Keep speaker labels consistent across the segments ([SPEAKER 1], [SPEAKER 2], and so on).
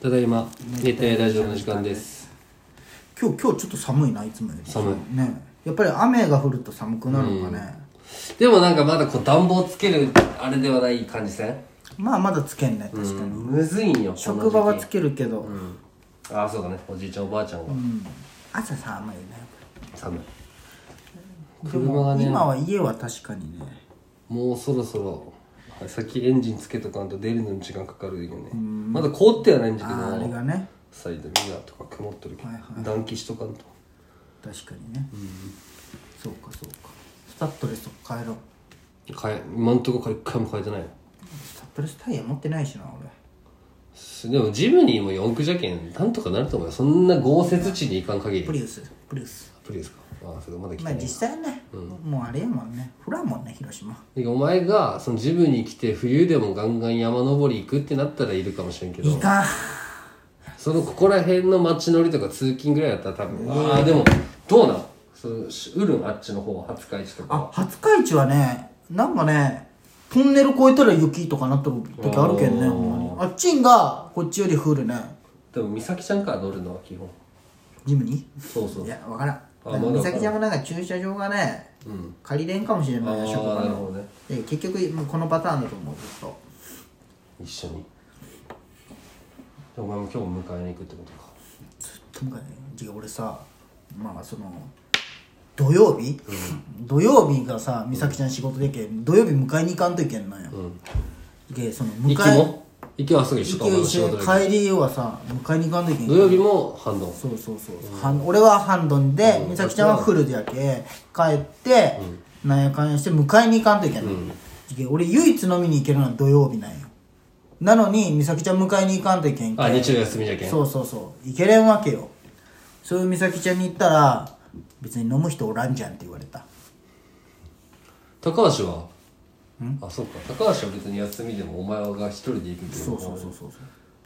[SPEAKER 1] ただいま熱帯夜ラジオの時間です
[SPEAKER 2] 今日今日ちょっと寒いないつもより
[SPEAKER 1] 寒
[SPEAKER 2] いねやっぱり雨が降ると寒くなるのかね、
[SPEAKER 1] でもなんかまだこう暖房つけるあれではない感じせん
[SPEAKER 2] まあまだつけんね確かに、
[SPEAKER 1] むずいんよこの時期
[SPEAKER 2] 職場はつけるけど、
[SPEAKER 1] うんああそうだねおじいちゃんおばあちゃんが
[SPEAKER 2] うん朝寒いね
[SPEAKER 1] 寒い
[SPEAKER 2] で
[SPEAKER 1] 車が
[SPEAKER 2] も
[SPEAKER 1] ね
[SPEAKER 2] 今は家は確かにね
[SPEAKER 1] もうそろそろ先エンジンつけとかんと出るのに時間かかるよねまだ凍ってはないんだけ
[SPEAKER 2] ああれ
[SPEAKER 1] ど
[SPEAKER 2] がね
[SPEAKER 1] サイドミラーとか曇ってるけど
[SPEAKER 2] はいは
[SPEAKER 1] 暖気しとかんと
[SPEAKER 2] 確かにね、そうかそうかスタッドレスとか帰ろう
[SPEAKER 1] 変え今んとこ一回も変えてないよ
[SPEAKER 2] スタッドレスタイヤ持ってないしな俺
[SPEAKER 1] でもジムニーも四駆じゃけんなんとかなると思うよそんな豪雪地に行かん限り
[SPEAKER 2] プリウスプリウス
[SPEAKER 1] プリですかああそれまだ来て
[SPEAKER 2] ま
[SPEAKER 1] な
[SPEAKER 2] あ
[SPEAKER 1] い、
[SPEAKER 2] 実際ね、もうあれやもんねフラもんね広島
[SPEAKER 1] てかお前がそのジムに来て冬でもガンガン山登り行くってなったらいるかもしれんけど
[SPEAKER 2] いいか
[SPEAKER 1] そのここら辺の街乗りとか通勤ぐらいだったら多分ああでもどうなんそうしウルンあっちの方廿日市とか
[SPEAKER 2] あ廿日市はねなんかねトンネル越えたら雪とかなってる時あるけんね
[SPEAKER 1] あー
[SPEAKER 2] ほんまにあっちんがこっちより降るね
[SPEAKER 1] でも美咲ちゃんから乗るのは基本
[SPEAKER 2] ジムに
[SPEAKER 1] そうそう
[SPEAKER 2] いやわからん
[SPEAKER 1] まだわからん
[SPEAKER 2] 美咲ちゃんもなんか駐車場がね、
[SPEAKER 1] うん
[SPEAKER 2] 借りれんかもしれ
[SPEAKER 1] あ
[SPEAKER 2] ない職
[SPEAKER 1] あ
[SPEAKER 2] 場
[SPEAKER 1] なる
[SPEAKER 2] の
[SPEAKER 1] ほどね
[SPEAKER 2] で結局もうこのパターンだと思うずっと
[SPEAKER 1] 一緒にでお前も今日も迎えに行くってことか
[SPEAKER 2] ともかくね違う俺さまあその土曜日、土曜日がさ美咲ちゃん仕事でけん土曜日迎えに行かんといけんのよ、でその迎え
[SPEAKER 1] 行きも行きはすぐ一緒
[SPEAKER 2] 行
[SPEAKER 1] かお
[SPEAKER 2] き
[SPEAKER 1] 前
[SPEAKER 2] を
[SPEAKER 1] の仕
[SPEAKER 2] 一緒
[SPEAKER 1] 事
[SPEAKER 2] に
[SPEAKER 1] で
[SPEAKER 2] 帰りはさ迎えに行かんといけん
[SPEAKER 1] 土曜日も反動
[SPEAKER 2] そうそうそう、はん俺はハンドンで美咲ちゃんはフルでやけ帰って、なんやかんやして迎えに行かんといけない、で俺唯一飲みに行けるのは土曜日なんよなのに美咲ちゃん迎えに行かんといけんけ
[SPEAKER 1] あ日曜休みじゃけん
[SPEAKER 2] そうそうそう行けれんわけよそういう美咲ちゃんに言ったら別に飲む人おらんじゃんって言われた
[SPEAKER 1] 高橋はあそうか高橋は別に休みでもお前が一人で行くけど
[SPEAKER 2] そうそうそうそうそう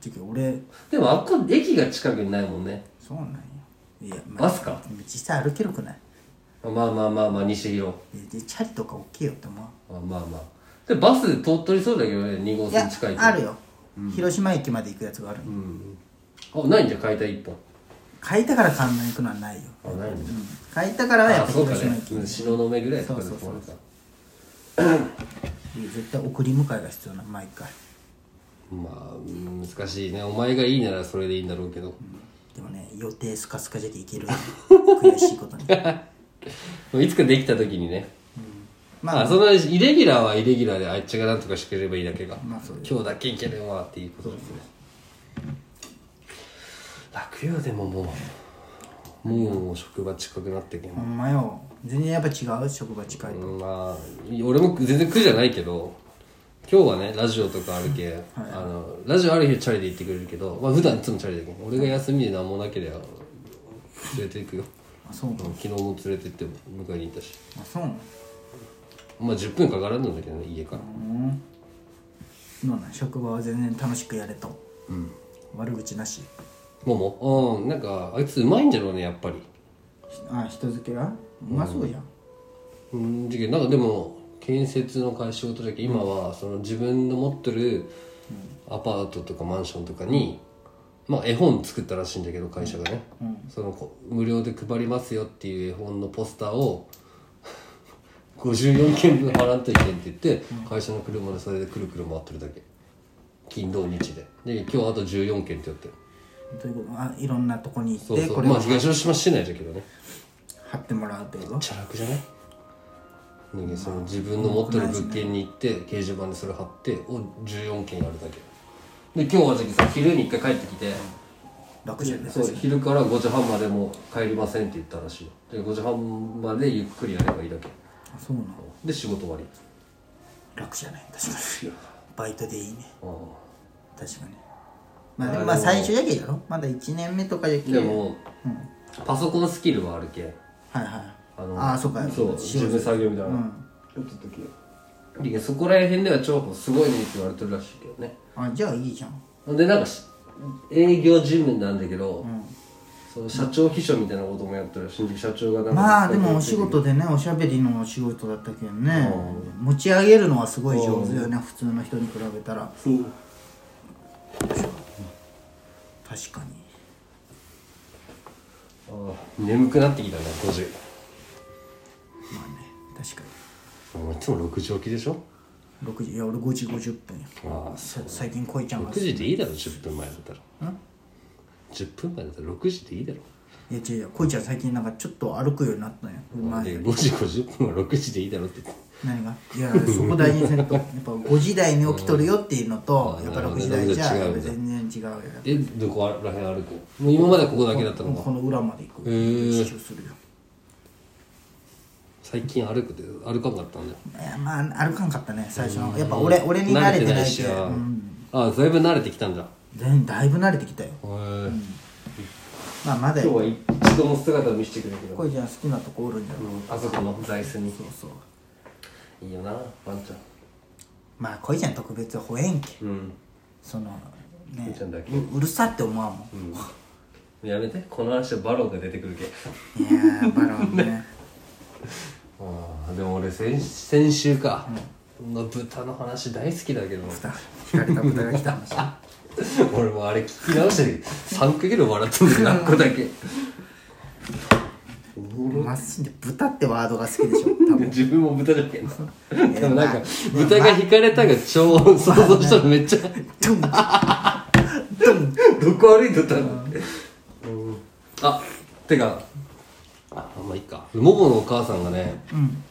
[SPEAKER 2] じゃけ俺
[SPEAKER 1] でもあっこ駅が近くにないもんね
[SPEAKER 2] そうなんよいや、ま
[SPEAKER 1] バスか
[SPEAKER 2] 実際歩けるくない
[SPEAKER 1] まあまあまあまあ西広
[SPEAKER 2] いやでチャリとか大きいよって思う
[SPEAKER 1] まあまあまあでバス通っとりそうだけどね2号
[SPEAKER 2] いや
[SPEAKER 1] 線近いけど
[SPEAKER 2] あるよ、広島駅まで行くやつがある、
[SPEAKER 1] うんあないんじゃ解体一本
[SPEAKER 2] 書いたから観音行くのはないよ、
[SPEAKER 1] あないんだ
[SPEAKER 2] 書いたからはやっ
[SPEAKER 1] あ
[SPEAKER 2] ぱ
[SPEAKER 1] そうか
[SPEAKER 2] 広島
[SPEAKER 1] ね
[SPEAKER 2] 駅
[SPEAKER 1] うん東雲ぐらいとかで止まるか
[SPEAKER 2] 絶対送り迎えが必要なの毎回
[SPEAKER 1] まあうん難しいねお前がいいならそれでいいんだろうけど
[SPEAKER 2] でもね予定スカスカじゃけ行け る悔しいことに
[SPEAKER 1] いつかできた時にね
[SPEAKER 2] ま
[SPEAKER 1] ま
[SPEAKER 2] あ
[SPEAKER 1] あそのイレギュラーはイレギュラーであっちがなんとかしてくれればいいだけが
[SPEAKER 2] まあそうです
[SPEAKER 1] 今日だけいけるわっていうことですね楽よでももうもう職場近くなってけん、
[SPEAKER 2] ほんまよ全然やっぱ違う職場近いと、
[SPEAKER 1] うんまあ俺も全然苦じゃないけど今日はねラジオとかあるけ、あのラジオある日はチャリで行ってくれるけど、まあ普段いつもチャリで行く俺が休みで何もなければ連れて行くよ
[SPEAKER 2] あそうか
[SPEAKER 1] 昨日も連れて行って迎えに行ったし
[SPEAKER 2] あそうなの
[SPEAKER 1] まあ10分かからんのだけどね家から
[SPEAKER 2] うんどうなん職場は全然楽しくやれと、悪口なし
[SPEAKER 1] ももうんなんかあいつうまいんだろうねやっぱり
[SPEAKER 2] あ人付けがうまそうじゃん、
[SPEAKER 1] うんじゃけどなんかでも建設の会仕事だけど今はその自分の持ってるアパートとかマンションとかに、まあ、絵本作ったらしいんだけど会社がね、そのこ無料で配りますよっていう絵本のポスターを 54件分払わんといけんって言って会社の車でそれでくるくる回ってるだけ金土日でで今日あと14件ってやってる
[SPEAKER 2] ということあいろんなとこに行って
[SPEAKER 1] そうそ
[SPEAKER 2] こ
[SPEAKER 1] う
[SPEAKER 2] れ
[SPEAKER 1] ま
[SPEAKER 2] を
[SPEAKER 1] あ東広島市内だけどね
[SPEAKER 2] 貼ってもらうってこと
[SPEAKER 1] ちゃ楽じゃない人間その自分の持ってる物件に行って掲示板にそれ貼ってを14件やるだけで今日はじゃあさ昼に一回帰ってきて、
[SPEAKER 2] 楽じゃんね
[SPEAKER 1] そう昼から5時半までもう帰りませんって言ったらしいよで5時半までゆっくりやればいいだけ
[SPEAKER 2] あそうなの
[SPEAKER 1] で仕事終わり
[SPEAKER 2] 楽じゃない確かにバイトでいいね
[SPEAKER 1] あ
[SPEAKER 2] 確かにまあでもまあ最初やけやろまだ1年目とかやけ
[SPEAKER 1] あでも、パソコンスキルはあるけ
[SPEAKER 2] はいはい
[SPEAKER 1] あの
[SPEAKER 2] ああそうか
[SPEAKER 1] そう
[SPEAKER 2] 仕
[SPEAKER 1] 自
[SPEAKER 2] 事
[SPEAKER 1] 分作業みたいな、やってた時でそこら辺では重宝すごいねって言われてるらしいけどね
[SPEAKER 2] あじゃあいいじゃん
[SPEAKER 1] でなんかし営業事務なんだけど、その社長秘書みたいなこともやってるらしいんで社長がなんか
[SPEAKER 2] まあでもお仕事でねおしゃべりのお仕事だったけどね持ち上げるのはすごい上手よね普通の人に比べたら
[SPEAKER 1] そう
[SPEAKER 2] 確かに
[SPEAKER 1] 眠くなってきたね5時
[SPEAKER 2] まあね確か
[SPEAKER 1] お前いつも6時起きでしょ
[SPEAKER 2] に6時いや俺5時50分や
[SPEAKER 1] ああ
[SPEAKER 2] さ最近恋ちゃんが
[SPEAKER 1] 6時でいいだろ10分前だったら10分前だったら6時でいいだろ
[SPEAKER 2] いや違う違う恋ちゃん最近なんかちょっと歩くようになったんや前よ
[SPEAKER 1] で
[SPEAKER 2] り
[SPEAKER 1] 5時50分は6時でいいだろって言って
[SPEAKER 2] 何がいやそこ大事にせんとやっぱ5時台に起きとるよっていうのと
[SPEAKER 1] うん
[SPEAKER 2] やっぱ6時台じゃ
[SPEAKER 1] うん
[SPEAKER 2] 全然違うよ
[SPEAKER 1] でどこら辺歩くもう今までここだけだったの
[SPEAKER 2] こ
[SPEAKER 1] か
[SPEAKER 2] の裏まで行く
[SPEAKER 1] へー
[SPEAKER 2] 一周するよ
[SPEAKER 1] 最近歩くで歩かんかったんだよ
[SPEAKER 2] いやまあ歩かんかったね最初のやっぱ俺俺に慣れてない
[SPEAKER 1] し
[SPEAKER 2] け
[SPEAKER 1] あ
[SPEAKER 2] うん
[SPEAKER 1] あだいぶ慣れてきたんだへ
[SPEAKER 2] 全だいぶ慣れてきたよ
[SPEAKER 1] え
[SPEAKER 2] まあま
[SPEAKER 1] 今
[SPEAKER 2] だ
[SPEAKER 1] 日
[SPEAKER 2] よ
[SPEAKER 1] は一度も姿を見せてくれるけど
[SPEAKER 2] 恋ちゃん好きなとこおるんだろ
[SPEAKER 1] うんあそこの座椅子に
[SPEAKER 2] そうそう
[SPEAKER 1] いいよなワンちゃん
[SPEAKER 2] まあ恋ちゃん特別吠えんけ
[SPEAKER 1] うん
[SPEAKER 2] その
[SPEAKER 1] 恋
[SPEAKER 2] ね
[SPEAKER 1] ちゃんだけ
[SPEAKER 2] ううるさって思わんもん
[SPEAKER 1] やめてこの話はバロンが出てくるけ
[SPEAKER 2] いやーバロンね
[SPEAKER 1] ああでも俺先先週か、の豚の話大好きだけど
[SPEAKER 2] さ引かれた豚が来た 話
[SPEAKER 1] 俺もあれ聞き直して3か月笑ったんだよな個だけ
[SPEAKER 2] まっすぐ豚ってワードが好きでしょ多 分
[SPEAKER 1] 自分も豚じゃけんなでもなんか豚が引かれたが超想像したらめっちゃ
[SPEAKER 2] ドンドン
[SPEAKER 1] どこ歩いとったのあてかあまあいいかモボのお母さんがね、
[SPEAKER 2] うん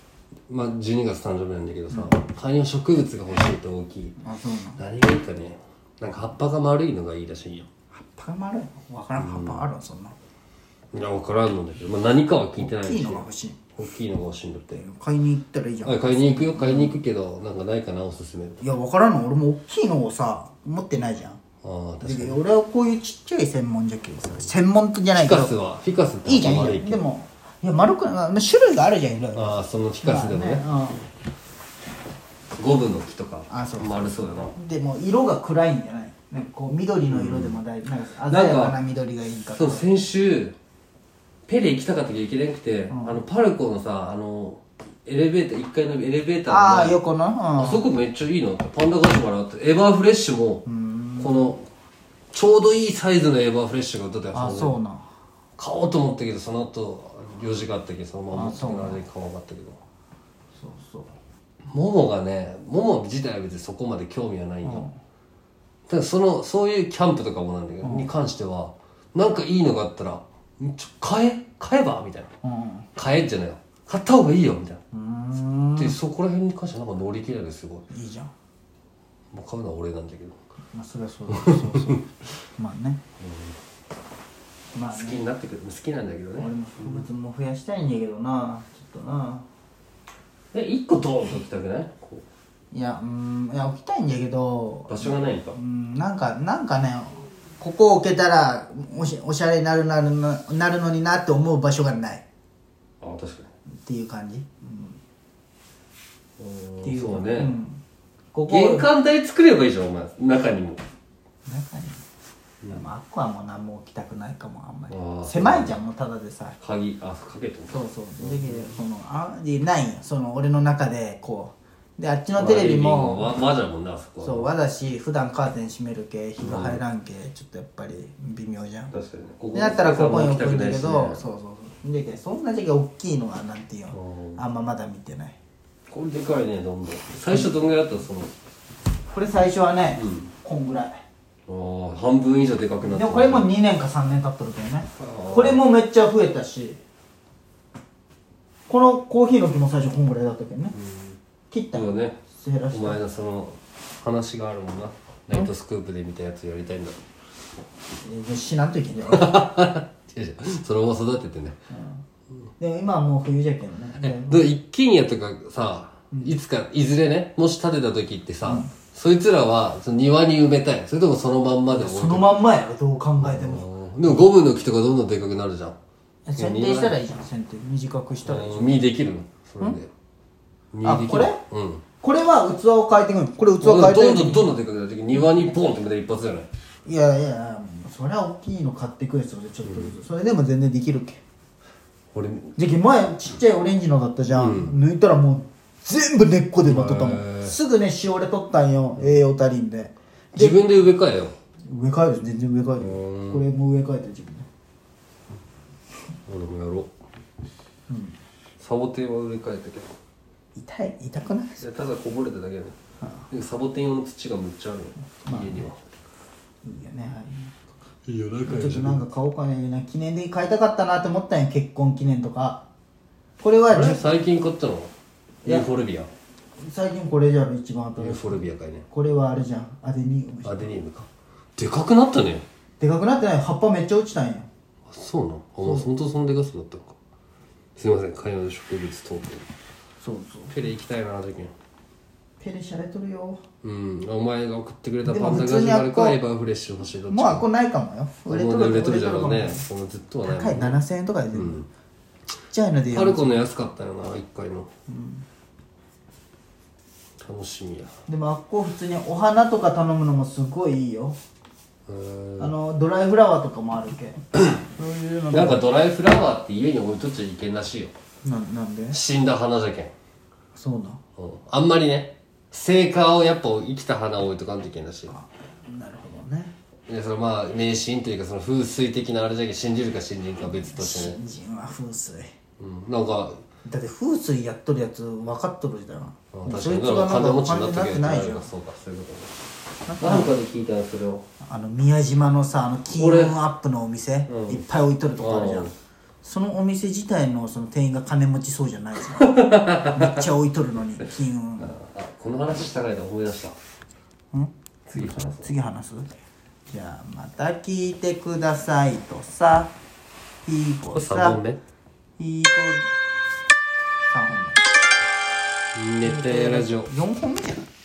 [SPEAKER 1] まあ12月誕生日なんだけどさ、観葉植物が欲しいと大きい
[SPEAKER 2] あそうなの
[SPEAKER 1] 何がいいかねなんか葉っぱが丸いのがいいらしいよ
[SPEAKER 2] 葉っぱが丸いのわからん葉っぱあるのそんない
[SPEAKER 1] や分からんのだけど、まあ、何かは聞いてない
[SPEAKER 2] 大
[SPEAKER 1] し
[SPEAKER 2] きいのが欲しい
[SPEAKER 1] 大きいのが欲しいんだって
[SPEAKER 2] 買いに行ったらいいじゃん
[SPEAKER 1] あ買いに行くよ買いに行くけどなんかないかなおすすめ
[SPEAKER 2] いやわからんの俺も大きいのをさ持ってないじゃん
[SPEAKER 1] ああ確か
[SPEAKER 2] で
[SPEAKER 1] に
[SPEAKER 2] 俺はこういうちっちゃい専門じゃけどさ専門じゃない
[SPEAKER 1] フィ
[SPEAKER 2] け
[SPEAKER 1] カス
[SPEAKER 2] ど
[SPEAKER 1] はフィカスって
[SPEAKER 2] いいじゃん
[SPEAKER 1] 頭悪
[SPEAKER 2] い
[SPEAKER 1] い
[SPEAKER 2] いじ
[SPEAKER 1] け
[SPEAKER 2] ゃん
[SPEAKER 1] ど
[SPEAKER 2] でもいや丸くないまあ種類があるじゃんいろいろ
[SPEAKER 1] ああそのフィカスでもね
[SPEAKER 2] まあね
[SPEAKER 1] 五分の木とか
[SPEAKER 2] あそうそう
[SPEAKER 1] 丸そうだな
[SPEAKER 2] うんでも色が暗いんじゃないなんかこう緑の色でもだいぶなんか鮮やかな緑がいいから
[SPEAKER 1] そう先週ペレ行きたかったけど行けなくて、あのパルコのさあのエレベーター1階のエレベーターの
[SPEAKER 2] ああ
[SPEAKER 1] 前
[SPEAKER 2] 横のうん
[SPEAKER 1] あそこめっちゃいいなってパンダ菓子もらってエバーフレッシュもこのちょうどいいサイズのエバーフレッシュが売ってたやつ
[SPEAKER 2] あ
[SPEAKER 1] なんで
[SPEAKER 2] そうなん
[SPEAKER 1] 買おうと思ったけどその後用事があったけどそのまま持って
[SPEAKER 2] あそうな
[SPEAKER 1] られて買わなかったけど
[SPEAKER 2] そうそう
[SPEAKER 1] ももがねもも自体は別にそこまで興味はないの、ただそのそういうキャンプとかもなんだけど、に関してはなんかいいのがあったら「ちょ買え買えば?」みたいな
[SPEAKER 2] うん
[SPEAKER 1] 「買え」じゃないよ買った方がいいよみたいな、
[SPEAKER 2] うーん
[SPEAKER 1] でそこら辺に関してはなんか乗り切れるすごい
[SPEAKER 2] いいじゃん
[SPEAKER 1] もう買うのは俺なんだけど
[SPEAKER 2] まあそれはそうだそう そうまあねまあ
[SPEAKER 1] 好き
[SPEAKER 2] ね
[SPEAKER 1] になってくる好きなんだけど
[SPEAKER 2] 俺
[SPEAKER 1] ね
[SPEAKER 2] も植物も増やしたいんだけどなちょっとな
[SPEAKER 1] で1個ドーンと置きたくないこう
[SPEAKER 2] いやうーんいや置きたいんだけど
[SPEAKER 1] 場所がないのか
[SPEAKER 2] うーんなんかなんかねここ置けたらおしおしゃれになるなるななるのになって思う場所がない
[SPEAKER 1] あ確か
[SPEAKER 2] っていう感じ、
[SPEAKER 1] にうーん
[SPEAKER 2] っていう
[SPEAKER 1] そう
[SPEAKER 2] う
[SPEAKER 1] ね、
[SPEAKER 2] ん、ここ
[SPEAKER 1] 玄関台作ればいいじゃんお前中にも
[SPEAKER 2] 中にでもあっこはもう何も置きたくないかもあんま
[SPEAKER 1] あー
[SPEAKER 2] り狭いじゃんもうただでさ
[SPEAKER 1] 鍵あかけても
[SPEAKER 2] そうそうでそのあでないんよその俺の中でこうであっちのテレビも、
[SPEAKER 1] まあリビングはわじゃもんなあそこは
[SPEAKER 2] そうわだし普段カーテン閉めるけ日が入らんけ、ちょっとやっぱり微妙じゃん
[SPEAKER 1] 確かにねこ
[SPEAKER 2] でだったらここに置くんだけど、
[SPEAKER 1] こ
[SPEAKER 2] そうそうそうでそんな時期大きいのはなんていうの
[SPEAKER 1] う
[SPEAKER 2] あんままだ見てない
[SPEAKER 1] これでかいねどんどん最初どんぐらいだったその
[SPEAKER 2] これ最初はね、こんぐらい
[SPEAKER 1] ああ半分以上でかくなった
[SPEAKER 2] でもこれもう2年か3年経っとるけどねこれもめっちゃ増えたしこのコーヒーの木も最初こんぐらいだったけどね、切った
[SPEAKER 1] そうだね
[SPEAKER 2] 減ら
[SPEAKER 1] お
[SPEAKER 2] した
[SPEAKER 1] 前のその話があるもんなナイトスクープで見たやつやりたいんだ
[SPEAKER 2] え死なんといけんじゃん
[SPEAKER 1] 違う違うそのまま育ててね
[SPEAKER 2] でも今はもう冬じゃけど
[SPEAKER 1] え
[SPEAKER 2] ね
[SPEAKER 1] でも一軒家とかさいつかいずれねもし建てた時ってさ、そいつらはその庭に埋めたいそれともそのまんまで置いて
[SPEAKER 2] そのまんまやろどう考えても
[SPEAKER 1] でもゴムの木とかどんどんでかくなるじゃん
[SPEAKER 2] 剪定したらいいじゃん剪定短くしたらいいじゃん
[SPEAKER 1] 実できるのそれで実
[SPEAKER 2] あ
[SPEAKER 1] でき
[SPEAKER 2] こ
[SPEAKER 1] る
[SPEAKER 2] れ
[SPEAKER 1] うん
[SPEAKER 2] これは器を変えていくのこれ器
[SPEAKER 1] どん
[SPEAKER 2] 変えて
[SPEAKER 1] ど
[SPEAKER 2] い
[SPEAKER 1] ん
[SPEAKER 2] く
[SPEAKER 1] どんどんどんでかくなる時庭にポンってまた一発じゃない
[SPEAKER 2] いやいやいやそりゃ大きいの買ってくれそれでちょっとずつそれでも全然できるけ
[SPEAKER 1] 俺
[SPEAKER 2] じゃけ前ちっちゃいオレンジのだったじゃん、抜いたらもう全部根っこでまとったも
[SPEAKER 1] へ
[SPEAKER 2] ん
[SPEAKER 1] ー
[SPEAKER 2] すぐねしおれとったんよ栄養足りんで
[SPEAKER 1] 自分で植え替えよ
[SPEAKER 2] 植え替える全然植え替える
[SPEAKER 1] う
[SPEAKER 2] これも植え替えてる自分で
[SPEAKER 1] 俺もやろう、サボテンは植え替えたけど
[SPEAKER 2] 痛い痛くない
[SPEAKER 1] いやただこぼれただけだよでもサボテン用の土がむっちゃあるよ、家にはい
[SPEAKER 2] いよねああいうの
[SPEAKER 1] いいよ仲
[SPEAKER 2] ちょっとなんか買おうかねな記念で買いたかったなって思ったんや結婚記念とかこれは
[SPEAKER 1] あれ
[SPEAKER 2] じ
[SPEAKER 1] 最近買ったの
[SPEAKER 2] い
[SPEAKER 1] ユ
[SPEAKER 2] や
[SPEAKER 1] ーフォルビアユ
[SPEAKER 2] 最近これじゃん一番
[SPEAKER 1] ー
[SPEAKER 2] 新しい
[SPEAKER 1] フォルビアかいね
[SPEAKER 2] これはあれじゃんアデニウム
[SPEAKER 1] アデニウムかでかくなったね
[SPEAKER 2] でかくなってない葉っぱめっちゃ落ちたんや
[SPEAKER 1] あそうなあもう本当そんでかそうだったのかすいません観葉植物等々
[SPEAKER 2] そうそう
[SPEAKER 1] ペレ行きたいな時に
[SPEAKER 2] ペレしゃれとるよ
[SPEAKER 1] うんお前が送ってくれた
[SPEAKER 2] で
[SPEAKER 1] パ
[SPEAKER 2] も
[SPEAKER 1] ンダ
[SPEAKER 2] 普
[SPEAKER 1] ガ
[SPEAKER 2] 通
[SPEAKER 1] ジ
[SPEAKER 2] に
[SPEAKER 1] ュアルか
[SPEAKER 2] あっこ
[SPEAKER 1] エバーフレッシュ欲しいどっち
[SPEAKER 2] もうあ
[SPEAKER 1] か
[SPEAKER 2] これないかもよ売れと
[SPEAKER 1] もう
[SPEAKER 2] る
[SPEAKER 1] 売れとるじゃろうね
[SPEAKER 2] 売れとる
[SPEAKER 1] そのずっとは
[SPEAKER 2] かも高
[SPEAKER 1] ない
[SPEAKER 2] い
[SPEAKER 1] もんね
[SPEAKER 2] 7000円とかで全部、ちっちゃいので
[SPEAKER 1] パル
[SPEAKER 2] よ
[SPEAKER 1] コの安かったよな1回の、楽しみや
[SPEAKER 2] でもあっこ普通にお花とか頼むのもすごいいいよ、
[SPEAKER 1] うーん
[SPEAKER 2] あのドライフラワーとかもある けそういうの
[SPEAKER 1] なん
[SPEAKER 2] も
[SPEAKER 1] かドライフラワーって家に置いとっちゃいけんらしいよ
[SPEAKER 2] ななんで
[SPEAKER 1] 死んだ花じゃけん、
[SPEAKER 2] そうなん
[SPEAKER 1] うん、あんまりね生花をやっぱ生きた花を置いとかんといけんらしい
[SPEAKER 2] なるほどね
[SPEAKER 1] でそのまあ迷信というかその風水的なあれじゃけん信じるか信じんかは別としてね、
[SPEAKER 2] 新人は風水
[SPEAKER 1] うん、なんか
[SPEAKER 2] だって風水やっとるやつ分かっとるじゃん
[SPEAKER 1] うん確か
[SPEAKER 2] そい
[SPEAKER 1] に
[SPEAKER 2] つ
[SPEAKER 1] なん
[SPEAKER 2] が
[SPEAKER 1] か
[SPEAKER 2] な
[SPEAKER 1] 金
[SPEAKER 2] んか
[SPEAKER 1] 持
[SPEAKER 2] お
[SPEAKER 1] ちに
[SPEAKER 2] 金
[SPEAKER 1] なった
[SPEAKER 2] になって
[SPEAKER 1] け
[SPEAKER 2] ないじゃ
[SPEAKER 1] ど
[SPEAKER 2] ん
[SPEAKER 1] そうかそういうこ
[SPEAKER 2] なん
[SPEAKER 1] と
[SPEAKER 2] か
[SPEAKER 1] ねなんかで聞いたよそれを
[SPEAKER 2] あの宮島のさあの金運アップのお店
[SPEAKER 1] うん
[SPEAKER 2] いっぱい置いとるとこあるじゃ
[SPEAKER 1] うんん
[SPEAKER 2] そのお店自体のその店員が金持ちそうじゃないじゃんめ っちゃ置いとるのに金運
[SPEAKER 1] あこの話したから思い出した
[SPEAKER 2] ん
[SPEAKER 1] 次話そう
[SPEAKER 2] 次話すじゃあまた聞いてくださいとさいい
[SPEAKER 1] こ
[SPEAKER 2] 子
[SPEAKER 1] れ3
[SPEAKER 2] さ
[SPEAKER 1] 本目
[SPEAKER 2] いい子3本
[SPEAKER 1] 寝てラジオ
[SPEAKER 2] 目4本目じゃない